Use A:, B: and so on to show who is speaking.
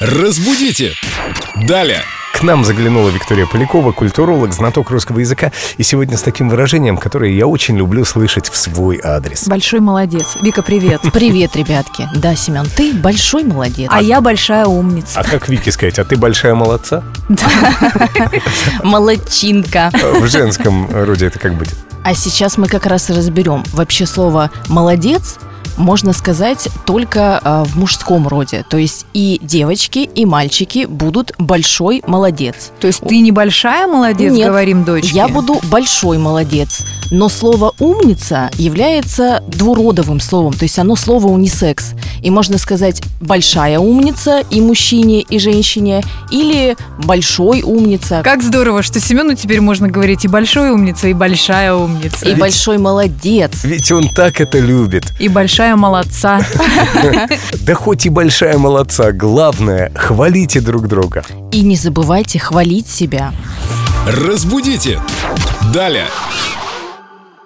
A: Разбудите! Далее!
B: К нам заглянула Виктория Полякова, культуролог, знаток русского языка, и сегодня с таким выражением, которое я очень люблю слышать в свой адрес.
C: Большой молодец. Вика, привет.
D: Привет, ребятки. Да, Семен, ты большой молодец.
C: А я большая умница.
B: А как Вики сказать, а ты большая молодца?
D: Молодчинка.
B: В женском роде это как будет?
D: А сейчас мы как раз и разберем вообще слово «молодец» можно сказать только а, в мужском роде. То есть и девочки, и мальчики будут большой молодец.
C: То есть ты небольшая молодец,
D: Нет,
C: говорим дочке?
D: Я буду большой молодец. Но слово «умница» является двуродовым словом, то есть оно слово унисекс. И можно сказать «большая умница» и мужчине, и женщине, или «большой умница».
C: Как здорово, что Семену теперь можно говорить и большой умница, и большая умница.
D: И большой молодец.
B: Ведь он так это любит.
C: И большая молодца.
B: Да хоть и большая молодца, главное, хвалите друг друга.
D: И не забывайте хвалить себя.
A: Разбудите! Далее!